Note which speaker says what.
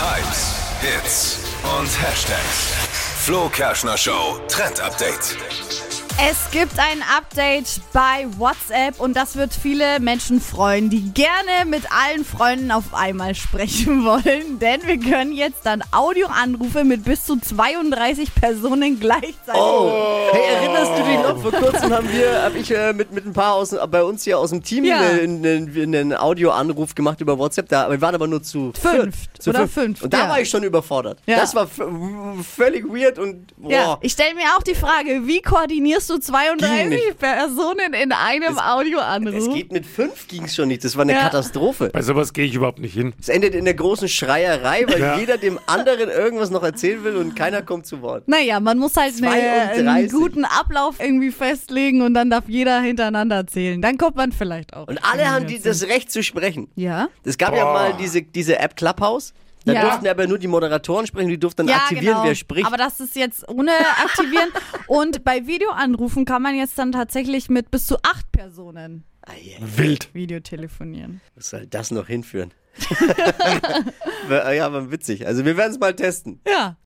Speaker 1: Hypes, Hits und Hashtags. Flo Kerschner Show Trend Update.
Speaker 2: Es gibt ein Update bei WhatsApp und das wird viele Menschen freuen, die gerne mit allen Freunden auf einmal sprechen wollen. Denn wir können jetzt dann Audioanrufe mit bis zu 32 Personen gleichzeitig.
Speaker 3: Oh, Hey, erinnerst du dich noch? Vor kurzem haben wir, hab ich äh, mit, mit ein paar aus, bei uns hier aus dem Team
Speaker 2: Ja.
Speaker 3: einen, einen, einen Audioanruf gemacht über WhatsApp. Da, wir waren aber nur zu viert.
Speaker 2: Fünft
Speaker 3: Zu
Speaker 2: oder fünft,
Speaker 3: Und da
Speaker 2: ja.
Speaker 3: war ich schon überfordert.
Speaker 2: Ja.
Speaker 3: Das war f- w- völlig weird und boah.
Speaker 2: Ja, ich stelle mir auch die Frage, wie koordinierst du
Speaker 3: Ging
Speaker 2: 32
Speaker 3: nicht.
Speaker 2: Personen in einem
Speaker 3: es
Speaker 2: Audioanruf?
Speaker 3: geht mit fünf ging's schon nicht. Das war eine
Speaker 2: Ja.
Speaker 3: Katastrophe.
Speaker 4: Bei sowas gehe ich überhaupt nicht hin.
Speaker 3: Es endet in der großen Schreierei, weil
Speaker 4: Ja.
Speaker 3: jeder dem anderen irgendwas noch erzählen will und keiner kommt zu Wort.
Speaker 2: Naja, man muss halt eine, einen
Speaker 3: 32.
Speaker 2: guten Ablauf irgendwie festlegen und dann darf jeder hintereinander zählen. Dann kommt man vielleicht auch.
Speaker 3: Und alle haben die, das Recht zu sprechen.
Speaker 2: Ja.
Speaker 3: Es gab ja
Speaker 4: Boah.
Speaker 3: mal diese, diese App Clubhouse. Da
Speaker 2: Ja. genau.
Speaker 3: durften aber nur die Moderatoren sprechen, die durften dann aktivieren, wer spricht.
Speaker 2: Aber das ist jetzt ohne aktivieren. Und bei Videoanrufen kann man jetzt dann tatsächlich mit bis zu acht Personen
Speaker 4: Wild.
Speaker 2: Videotelefonieren.
Speaker 3: Ah, Was soll das noch hinführen? ja, aber witzig. Also wir werden es mal testen.
Speaker 2: Ja.